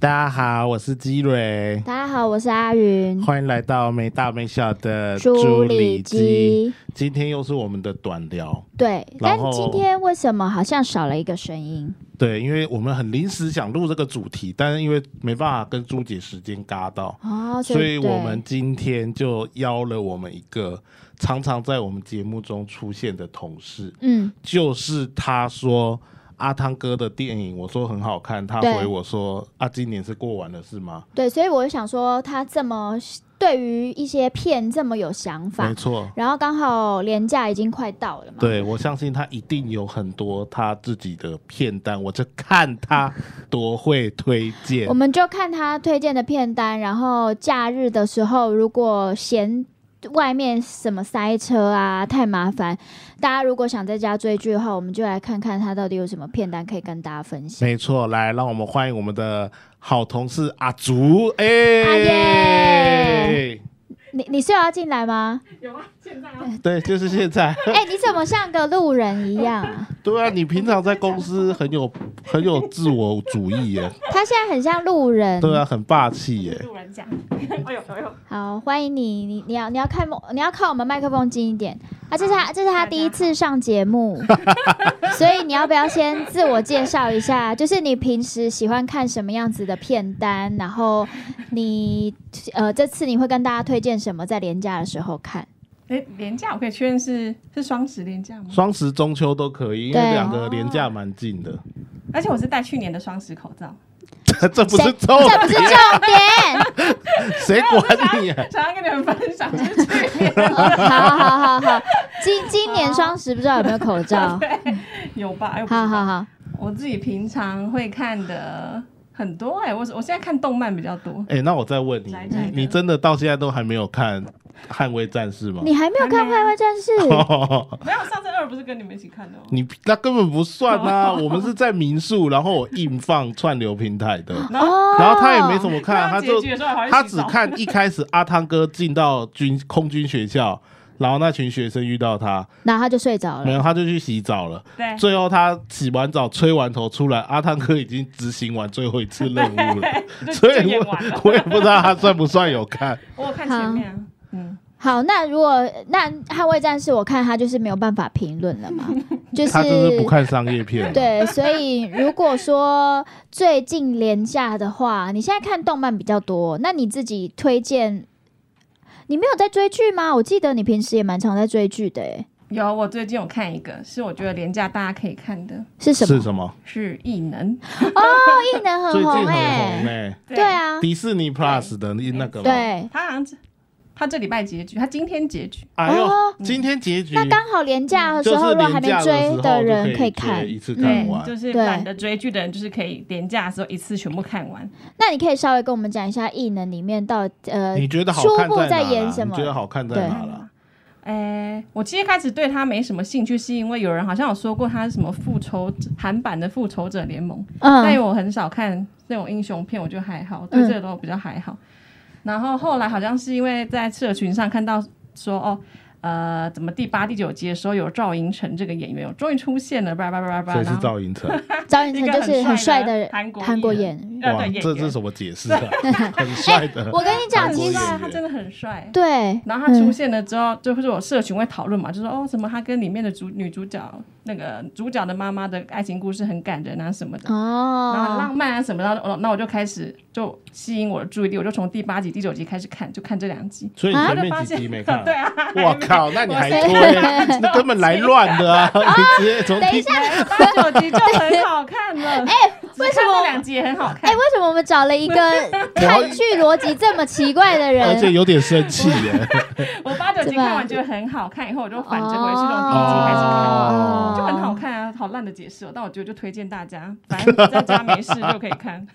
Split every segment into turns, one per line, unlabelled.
大家好，我是基蕊，
大家好，我是阿云。
欢迎来到没大没小的
猪
里
里
基。
脊，
今天又是我们的短聊，
对，
然
但
后
今天为什么好像少了一个声音？
对，因为我们很临时想录这个主题，但是因为没办法跟朱姐时间嘎到，
哦，
所以我们
对
今天就邀了我们一个常常在我们节目中出现的同事，
嗯，
就是他说。阿汤哥的电影，我说很好看，他
对
回我说：“啊，今年是过完了是吗
对，所以我就想说，他这么对于一些片这么有想？”法
没，错，
然后刚好廉价已经快到了嘛，
对，我相信他一定有很多他自己的片单，我就看他多会推荐
我。们就看他推荐的片单，然后假日的时候如果嫌。外面什么塞车啊，太麻烦。大家如果想在家追剧的话，我们就来看看他到底有什么片单可以跟大家分享。
没错，来，让我们欢迎我们的好同事阿竹，哎、
耶你你是有要进来吗？
对，就是现在。
哎、你怎么像个路人一样啊？
对啊，你平常在公司很有很有自我主义耶，
他现在很像路人。
对啊，很霸气耶。
路人甲， 哎呦哎呦，
好，欢迎你，你你要你要看麦，你要靠我们麦克风近一点。啊，这是他这是他第一次上 节目，所以你要不要先自我介绍一下？就是你平时喜欢看什么样子的片单，然后你呃这次你会跟大家推荐什么在廉价的时候看？
哎，廉价我可以确认是是双十廉价吗？
双十、中秋都可以，因为
对啊
两个廉价蛮近的。
而且我是戴去年的双十口罩，
这不是
谁
重
这不是
点，
重 点。
谁管你啊？
想要跟你们分享，就是去年
好好好好，今今年双十不知道有没有口罩？
有吧？哎，我不知道
好好好。
我自己平常会看的很多哎、我我现在看动漫比较多，
哎、那我再问你
来，
你
来
你真的到现在都还没有看《捍卫战士》吗？
你还没有看《
还没啊
捍卫战士》
哦
没有上次二不是跟你们一起看的哦。
你那根本不算啊！ 我们是在民宿，然后我硬放串流平台的，
然后
哦，
然后他也没什么看，他
看到
就
结局的时候还会
他
洗
只
澡
看一开始阿汤哥进到军空军学校，然后那群学生遇到他，
然后他就睡着
没
了。
有他就去洗澡了。
对，
最后他洗完澡、吹完头出来，阿汤哥已经执行完最后一次任务 了，
就
所
就
以
演
我
完了。
我也不知道他算不算有看。
我有看前面啊，嗯，
好，那如果那《捍卫战士》，我看他就是没有办法评论了 嘛，就是
他就是不看商业片，，
对，所以如果说最近廉价的话，你现在看动漫比较多，那你自己推荐？你没有在追剧吗？我记得你平时也蛮常在追剧的、欸，
有我最近有看一个，是我觉得廉价大家可以看的，
是什
是
么？
什么？
是异能。
哦，异能
最
很
近很
红
红
哎、
哎，
对，啊，
迪士尼 Plus 的那个吗？
对，啊
他好像这他这礼拜结局，他今天结局。
哎呦，
哦
今天结局
那刚好廉价的时
就
候，
是
如果还
廉
没
价
追
时
的
候
人
就可
以
以
看
追。一次看
对，
完。
就是
对
懒得追剧的人，就是可以廉价的时候一次全部看完。
那你可以稍微跟我们讲一下《异能》里面到底呃
你觉得好
初
看
步
在哪
在
啦
演什
你
么
觉得好看在
对
哪了？
哎、我其实开始对他没什么兴趣，是因为有人好像有说过他是什么复仇者韩版的复仇者联盟，但因为
嗯，
我很少看那种英雄片，我就还好，
嗯
对这个都比较还好。然后后来好像是因为在社群上看到说哦。呃，怎么第八、第九集的时候有赵寅成这个演员，我终于出现了，叭叭叭叭叭，
谁
然
是
后
赵寅 成？
张云成
一个
就是很
很
帅
帅
的
的韩国
韩国
艺
演
人
员。
呃
哇
对，演
这这
员
是什么解 释啊？ 很帅的，
哎我跟你
韩
讲，
国
其
演
实
很帅，
员
他真的很帅。
对，
然后他出
嗯
现了之后，就会是我社群会讨论嘛，就说哦，什么他跟里面的主女主角那个主角的妈妈的爱情故事很感人啊什么的，然后很
嗯哦，
浪漫啊什么的，然后我那我就开始就吸引我的注意力，我就从第八集、第九集开始看，就看这两集。
所以你
啊
前
我就发
面几
现
集没看啊？
对啊，
我靠，那你还
我哦
推？你根本来乱的 啊！你直接从第
八九集就很好 看了。哎、为什么两集也很好
哎，
看？
为什么我们找了一 个看剧逻辑这么奇怪的
而且
人？
有点生气 耶。
我八九集
怎么
看完觉得很好看，以后我就反着回去从第一集开始看。
哦
就很好看啊，好烂的解释哦，但我觉得就推荐大家，反正在家没事就可以看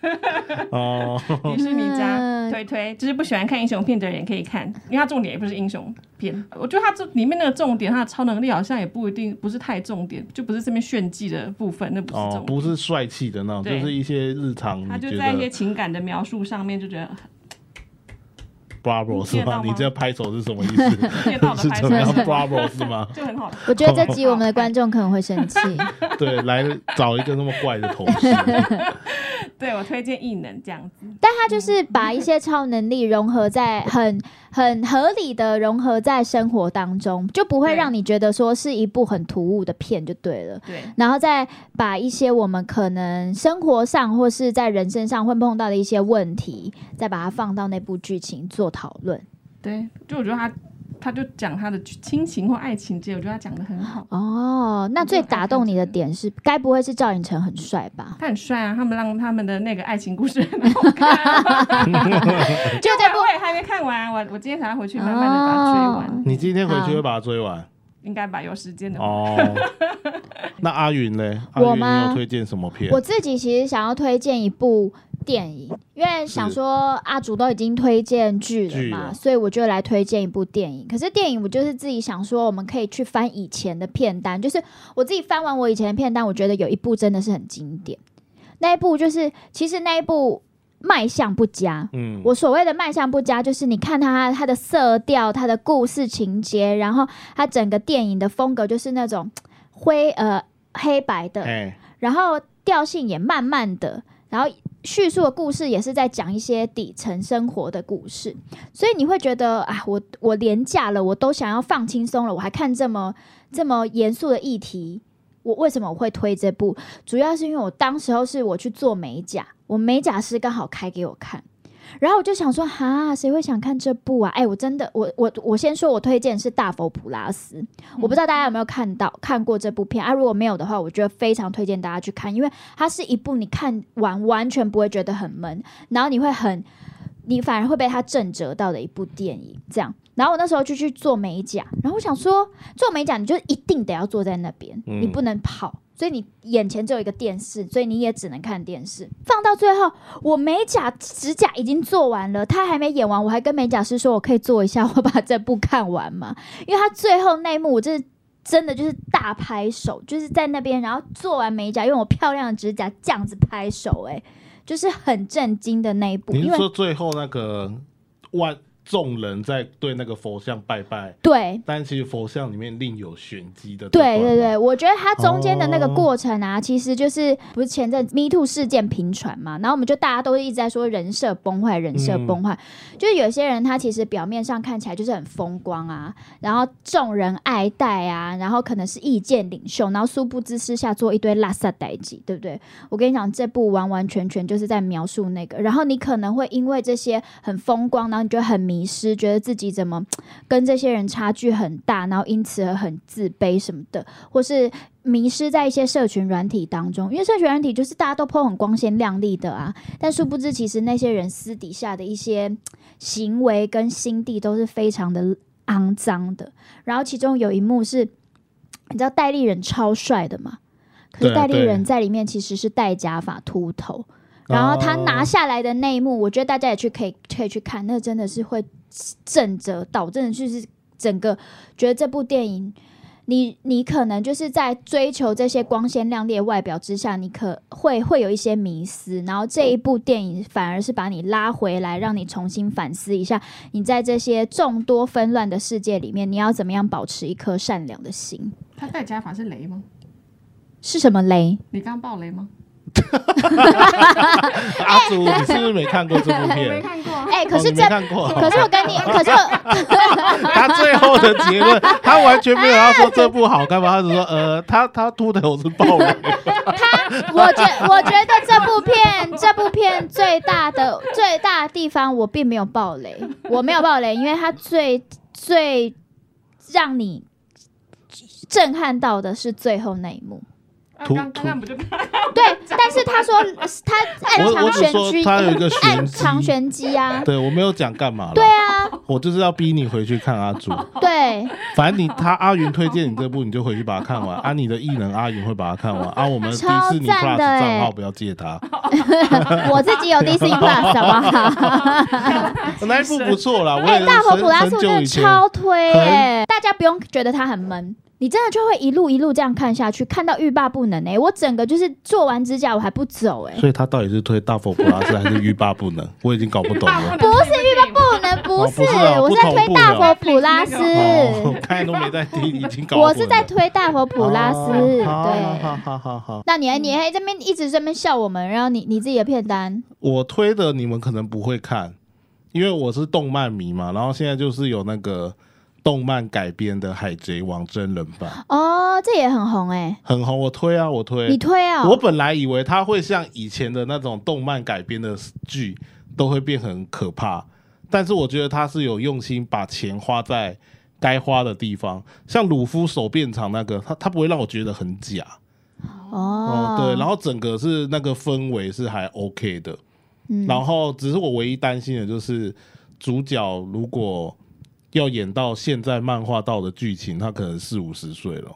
哦，
迪士尼
嗯
家推推，就是不喜欢看英雄片的人也可以看，因为它重点也不是英雄片。我觉得它这里面那个重点，它的超能力好像也不一定不是太重点，就不是这边炫技的部分，那不是
哦
重，点。
不是帅气的那种，
对
就是一些日常
它
你
就
觉
在一些
得
情感的描述上面，就觉得
bravo
你
是
见到
吗
吗？
你这拍手是什么意 思？
借到的
是
拍
怎么样
摄
bravo 是吗？
就很好看。
我觉得这集我 们的观众可能会生气。
对，来找一个那么怪的同事。
对我推荐异能这样子，
但他就是把一些超能力融合在很很合理的融合在生活当中，就不会
对
让你觉得说是一部很突兀的片就对了。
对
然后再把一些我们可能生活上或是在人身上会碰到的一些问题，再把它放到那部剧情做讨论。
对，就我觉得他他就讲他的亲情或爱情这些，我觉得他讲的很好。
哦，那最打动你的点是，该不会是赵寅成很帅吧？
他很帅啊，他们让他们的那个爱情故事很 好看。啊
就这部
我也还没看完，我我今天想要回去慢慢的把它追完，
你今天回去会把它追
啊
完
应该吧，有时间的话。
哦。那阿云嘞？阿
我
云，
吗
你有推荐什么片
我？自己其实想要推荐一部电影，因为想说阿主都已经推荐剧了
剧
嘛，
了
所以我就来推荐一部电影。可是电影我就是自己想说，我们可以去翻以前的片单，就是我自己翻完我以前的片单，我觉得有一部真的是很经典，那一部就是其实那一部卖相不佳，
嗯，
我所谓的卖相不佳，就是你看它它的色调、它的故事情节，然后它整个电影的风格就是那种灰呃黑白的，
哎，
然后调性也慢慢的，然后叙述的故事也是在讲一些底层生活的故事，所以你会觉得啊，我我廉价了，我都想要放轻松了，我还看这么这么严肃的议题，我为什么我会推这部？主要是因为我当时候是我去做美甲，我美甲师刚好开给我看。然后我就想说，哈，谁会想看这部啊？哎，我真的，我我我先说，我推荐是《大佛普拉斯》，我不知道大家有没有看到看过这部片啊？如果没有的话，我觉得非常推荐大家去看，因为它是一部你看完完全不会觉得很闷，然后你会很，你反而会被它震折到的一部电影。这样，然后我那时候就去做美甲，然后我想说，做美甲你就一定得要坐在那边，
嗯
你不能跑。所以你眼前只有一个电视，所以你也只能看电视。放到最后，我美甲、指甲已经做完了，他还没演完，我还跟美甲师说，我可以做一下，我把这部看完嘛。因为他最后那一幕，我真的真的就是大拍手，就是在那边，然后做完美甲，用我漂亮的指甲这样子拍手、哎，就是很震惊的那一步，
你
因
是
为
说最后那个万众人在对那个佛像拜拜，
对。
但其实佛像里面另有玄机的。
对
段
对
吗
对，，我觉得它中间的那个
哦
过程啊，其实就是不是前阵 Me Too 事件频传嘛，然后我们就大家都一直在说人设崩坏，人设
嗯
崩坏，就是有些人他其实表面上看起来就是很风光啊，然后众人爱戴啊，然后可能是意见领袖，然后殊不知私下做一堆垃圾代际，对不对？我跟你讲，这部完完全全就是在描述那个，然后你可能会因为这些很风光，然后你就很迷失，觉得自己怎么跟这些人差距很大，然后因此而很自卑什么的，或是迷失在一些社群软体当中，因为社群软体就是大家都 po 很光鲜亮丽的啊，但殊不知其实那些人私底下的一些行为跟心地都是非常的肮脏的。然后其中有一幕是，你知道戴立人超帅的嘛？可
对
是
啊
戴立
对
人在里面其实是戴假发秃头，然后他
哦
拿下来的那一幕，我觉得大家也去可以可以去看，那真的是会震着到，真的就是整个觉得这部电影，你你可能就是在追求这些光鲜亮丽的外表之下，你可会会有一些迷失，然后这一部电影反而是把你拉回来，让你重新反思一下，你在这些众多纷乱的世界里面，你要怎么样保持一颗善良的心？
他戴假发是雷吗？
是什么雷？
你刚爆雷吗？
阿祖，你是不是没看过这部
我没
片？
看过啊。
哎、可
哦
是
你
这
没，看过，
可是我跟你，可是我。
他最后的结论，他完全没有要说这部好看吧？他只说呃，他他秃头是爆雷，
我觉我觉得这部片这部片最大的最大的地方，我并没有爆雷，我没有爆雷，因为它最最让你震撼到的是最后那一幕。
啊
突
刚刚刚不就看？
对，但是他说他暗
我我
藏
只
玄
说
机，
他有一个
暗
玄
藏
机。
玄机啊，
对，我没有讲干嘛了。
对啊，
我就是要逼你回去看阿朱。
对，
反正你他阿云推荐你这部，你就回去把它看完。啊，你的异能阿云会把它看完。啊，我们迪
超
士尼
赞
Plus
的欸
账号不要借他。
我自己有 Disney Plus 好不好？
那一部不错啦，我
哎、
也
大佛
很
普拉斯
很
我真
久
的
以前。
超推
很
哎、大家不用觉得它很闷，你真的就会一路一路这样看下去，看到欲罢不能哎、我整个就是做完指甲我还不走哎、
所以他到底是推大佛普拉斯还是欲罢不能？我已经搞不懂了。
不是欲罢
不能不不是，
哦不是哦
我
不
是在
同
推
步
大
的
佛普拉斯，
哦，我刚才都没在听，已经搞混了。
我是在推大佛普拉斯。
哦
对，
好好好好好，
那你还你还这边一直这边笑我们，然后你你自己的片单，
我推的你们可能不会看，因为我是动漫迷嘛。然后现在就是有那个动漫改编的《海贼王》真人版，
哦，这也很红哎、
很红，我推啊，我推。
你推啊、
我本来以为它会像以前的那种动漫改编的剧都会变很可怕，但是我觉得它是有用心把钱花在该花的地方，像鲁夫手变长那个，它它不会让我觉得很假
哦、
对，然后整个是那个氛围是还 OK 的，
嗯
然后只是我唯一担心的就是主角如果要演到现在漫画到的剧情，他可能四五十岁了，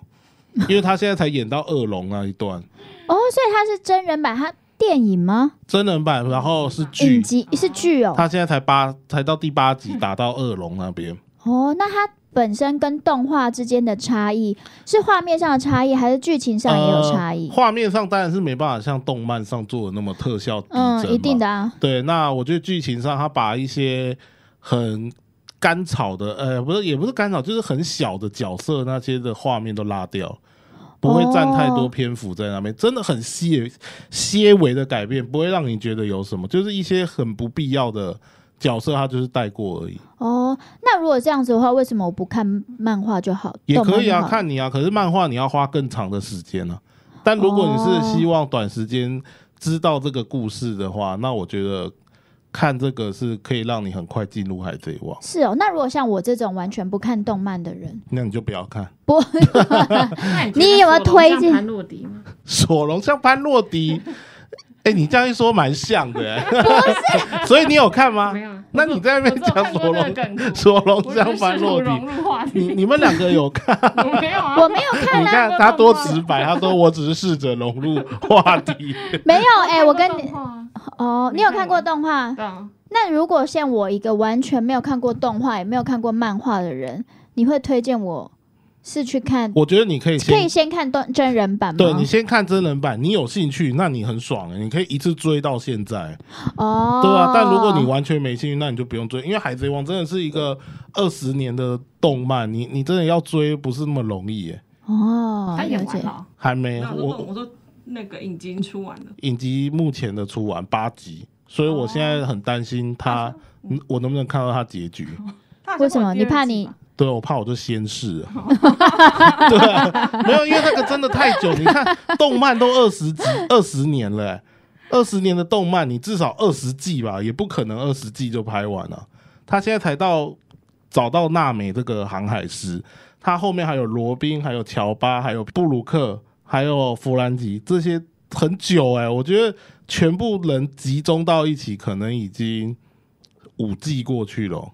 因为他现在才演到恶龙那一段。
哦，所以它是真人版，它电影吗？
真人版，然后是剧
影，集是剧哦。
他现在才八，才到第八集，打到恶龙那边。
哦，那它本身跟动画之间的差异是画面上的差异，还是剧情上也有差异
呃？画面上当然是没办法像动漫上做的那么特效逼真嘛
嗯，一定的。啊。
对，那我觉得剧情上他把一些很干草的，呃，不是也不是干草，就是很小的角色那些的画面都拉掉。不会占太多
哦
篇幅在那边，真的很些些微的改变，不会让你觉得有什么，就是一些很不必要的角色，他就是带过而已。
哦，那如果这样子的话，为什么我不看漫画就好？
也可以
动漫就
啊，
好
看你啊。可是漫画你要花更长的时间啊。但如果你是希望短时间知道这个故事的话，那我觉得看这个是可以让你很快进入海贼王，
是哦。那如果像我这种完全不看动漫的人，
那你就不要看。
不，
那觉得
你有没有推
索
荐
隆像潘洛迪吗？
索隆像潘洛迪，哎、你这样一说蛮像的、欸，不是？所以你有看吗
没？有啊，
那你在那
我
边
只有
讲
看
索
过那个
隆，
梗图，
索隆
我就
像
试
潘
图
洛
融
迪，
入话题，
你你们两个有看？
我没有啊，
我没有 看
你
啊，
看他多直白，他说我只是试着融入话题。
没有哎、我跟
看
你
过动画啊
哦，你
你
有
看
看
过
过动画？
对啊，
那如果像我一个完全没有看过动画，也没有看过漫画的人，你会推荐我是去看？
我觉得你可以
可
先
以先看动真人版吗？
对你先看真人版，你有兴趣，那你很爽、欸，你可以一次追到现在，
哦，
对啊。但如果你完全没兴趣，那你就不用追，因为《海贼王》真的是一个二十年的动漫，你你真的要追不是那么容易、欸，
哦，
他演
了解
完了。
还没
那我说
我
我说那个影集已经出完了，
影集目前的出完八集，所以我现在很担心他，嗯我能不能看到他结局？
它好像
为什么
有第
你怕
二季
你
吧
对，啊我怕我就先试了。对啊，没有，因为那个真的太久。你看，动漫都二十集、二十年了、欸二十年的动漫，你至少二十季吧，也不可能二十季就拍完了。他现在才到找到娜美这个航海师，他后面还有罗宾，还有乔巴，还有布鲁克，还有弗兰吉，这些很久哎、我觉得全部人集中到一起，可能已经五季过去了哦。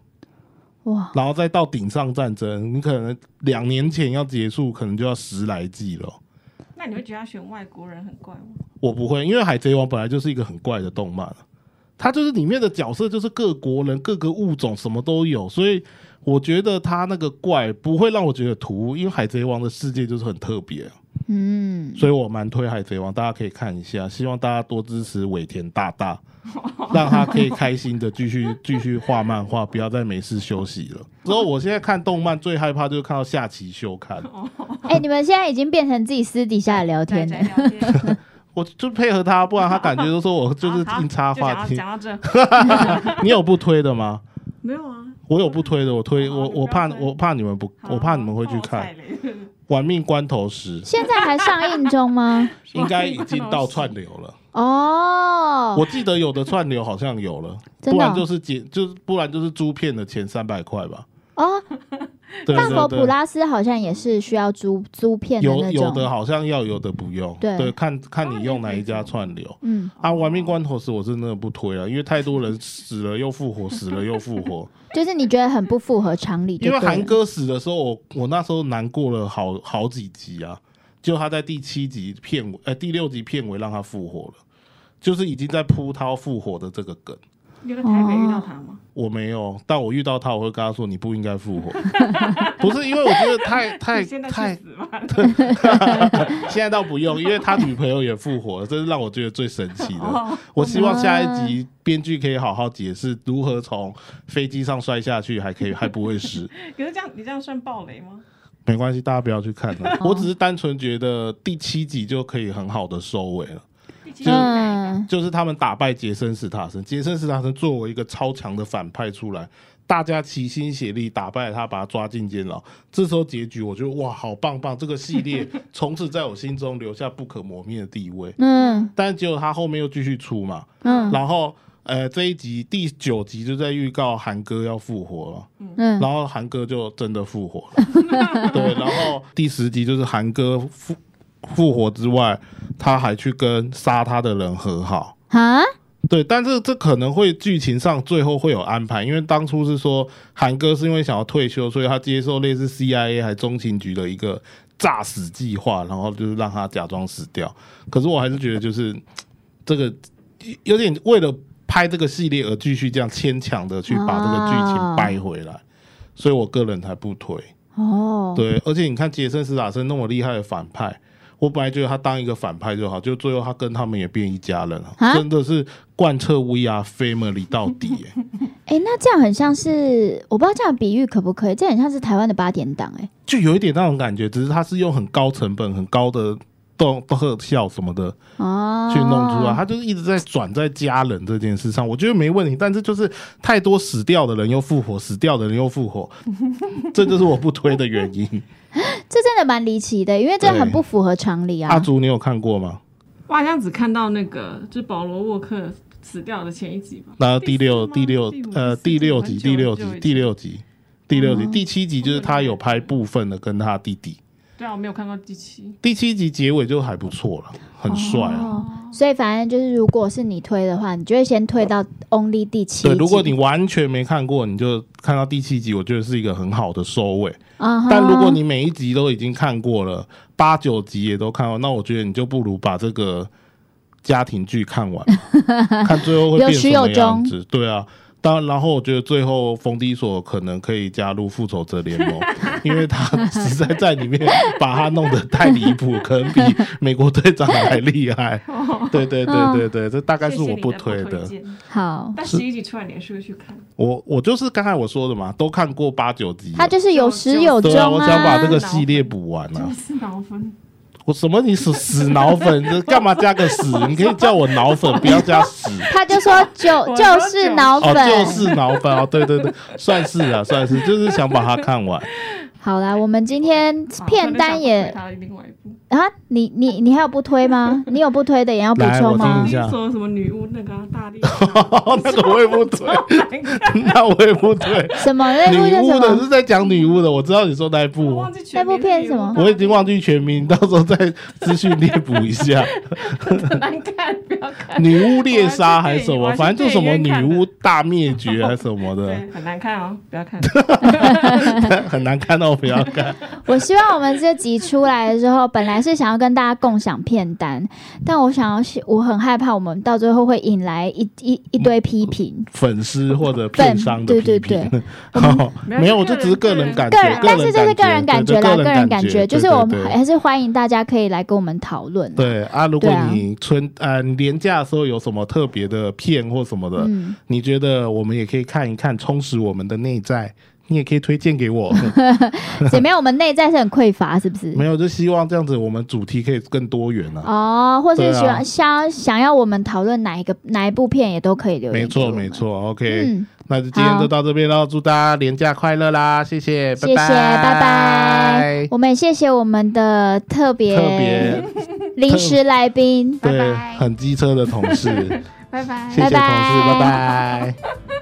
哇，
然后再到顶上战争，你可能两年前要结束，可能就要十来季了。
那你会觉得他选外国人很怪吗？
我不会，因为《海贼王》本来就是一个很怪的动漫，它就是里面的角色就是各国人、各个物种什么都有，所以我觉得它那个怪不会让我觉得突兀，因为《海贼王》的世界就是很特别，
嗯，
所以我蛮推《海贼王》，大家可以看一下，希望大家多支持尾田大大， 让他可以开心的继续 继续画漫画，不要再没事休息了。之后我现在看动漫最害怕就是看到下期休 刊。
哎、你们现在已经变成自己私底下的聊天
宅
了。
宅聊天
我就配合他，不然他感觉就说我 就是
好
硬插话
好就
题。
讲到讲到这，
你有不推的吗？
没有啊，
我有不推 的，我推
好
我
你不
我
要
怕
推
我怕你们不，
好
我怕你们会
那
去
我
看
踩
《
雷了
玩命关头时》，
现在还上映中吗？
应该已经到串流 了。
哦，
我记得有的串流好像有了，
真
不
的
然就
哦，
是解就是不然就是租片的前三百块吧。
哦
对
大佛
对对，
普拉斯好像也是需要租租片的
有
那
有
种。
的好像要，有的不用。
对哦
对，看看你用哪一家串流。
嗯，
啊，《玩命关头时》我真的不推啊了，因为太多人死了又复活，死了又复活。
就是你觉得很不符合常理就
因
对了，嗯
为韩哥死的时候，我我那时候难过了好好几集啊，就他在第七集片尾，呃，第六集片尾让他复活了，就是已经在铺他复活的这个梗，
你有在台北遇到他吗？
我没有，但我遇到他，我会跟他说你不应该复 活，不是因为我觉得太太
你现在
太
去死吧！
现在倒不用，因为他女朋友也复活了，这是让我觉得最神奇
哦
的。
哦
我希望下一集编剧可以好好解释如何从飞机上摔下去还可以还不会死。
可是这样，你这样算暴雷吗？
没关系，大家不要去看了。我只是单纯觉得第七集就可以很好的收尾了，
第七集哪一个
嗯，
就是他们打败杰森·史塔森，杰森·史塔森作为一个超强的反派出来。大家齐心协力打败他，把他抓进监牢。这时候结局，我觉得哇，好棒棒！这个系列从此在我心中留下不可磨灭的地位。
嗯
但结果他后面又继续出嘛，
嗯
然后呃这一集第九集就在预告韩哥要复活了，
嗯，
然后韩哥就真的复活了， 对，然后第十集就是韩哥复复活之外，他还去跟杀他的人和好。
啊，
对，但是这可能会剧情上最后会有安排，因为当初是说韩哥是因为想要退休，所以他接受类似 CIA 还中情局的一个诈死计划，然后就是让他假装死掉。可是我还是觉得就是这个有点为了拍这个系列而继续这样牵强的去把这个剧情掰回来，所以我个人才不推。
哦，
对，而且你看杰森·斯坦森那么厉害的反派，我本来觉得他当一个反派就好，就最后他跟他们也变一家人了，
啊
真的是贯彻 We Are Family 到底耶、
哎、那这样很像是，我不知道这样比喻可不可以？这很像是台湾的八点档、哎，
就有一点那种感觉，只是他是用很高成本、很高的动特效什么的
哦，
去弄出来，他就是一直在转在家人这件事上，我觉得没问题，但是就是太多死掉的人又复活，死掉的人又复活， 这就是我不推的原因。
这真的蛮离奇的，因为这
对
很不符合常理
阿
啊。
竹，你有看过吗？
我好像只看到那个，就是保罗沃克死掉的前一集吧。
然后第六、第
第四
六
吗第五
呃
第
第
四
六
集
集、
很
第
久
六
很久
集、
以
第
前哦
六集、第六集、第七集就是他有拍部分的跟他弟弟，
对啊，我没有看到第七。
第七集结尾就还不错了，很帅啊。
哦，所以反正就是，如果是你推的话，你就会先推到 Only 第七集。
对，如果你完全没看过，你就看到第七集，我觉得是一个很好的收尾。
啊哈，
但如果你每一集都已经看过了，八九集也都看完，那我觉得你就不如把这个家庭剧看完，看最后会变什么样子。对啊，当然后我觉得最后冯迪索可能可以加入复仇者联盟，因为他实在在里面把他弄得太离谱，可能比美国队长还厉害。对对对对对，这大
嗯
概是
谢谢
我
你
不
的
推
推荐，
好，
但十一集出来，连续会去看。
我我就是刚才我说的嘛，都看过八九集了。
他就是有始有终
对啊，我想把这个
啊
系列补完啊
真。是脑分，
我什么？你死死脑粉？这干嘛加个死？你可以叫我脑粉，不要加 死。
他就说就
我说
就是脑
哦，
粉，
就是脑粉哦，对对对，算是啊，算是，就是想把它看完。
好啦，我们今天
啊
片单也
他另外一部，
啊，你你你还有不推吗？你有不推的也要补
来
充
我听
吗
一？下
说什么女巫那个啊大 力，
哦那个我也不推，那我也不推。
什么那部
女
叫
巫
什
的
么？
是在讲女巫的，我知道你说那一
我
部
忘，记全名
那部片什么
我已经忘记全名，到时候再资讯列补 一下。
很难看，不要看。
女巫猎杀还是什
我
么，
还去
反正就什么
电影
女
院看的
巫大灭绝还是什么的，
对，很难看哦，不要 看。
很难看到，不要看。
我希望我们这集出来的时候，本来是想要跟大家共享片单，但我想要是，我很害怕我们到最后会引来一一一堆批评。
粉丝或者片商的
对
批
对
评。
对
好没
嗯没
有，
有
我就只是个
个人
人感觉
个，人，但是这是个人感觉
对
啦，
对
个
人
人感觉，就是我们
对对
还是欢迎大家可以来跟我们讨论。
对对啊，如果
对啊
你春呃你年假的时候有什么特别的片或什么的，
嗯，
你觉得我们也可以看一看，充实我们的内在。你也可以推荐给 我，
怎么样？我们内在是很匮乏，是不是？
没有就希望这样子，我们主题可以更多元啊。
哦，或
对
是
啊
喜欢、想想要我们讨论哪一个哪一部片，也都可以留言。
没错，没。错，OK，
嗯，
那就今天
好
就到这边喽，祝大家年假快乐啦，谢谢，
谢谢，拜拜。我们也谢谢我们的特别
特别
临时来宾。
对
拜
很机车的同事，
拜拜
谢谢同事，
拜拜
拜拜。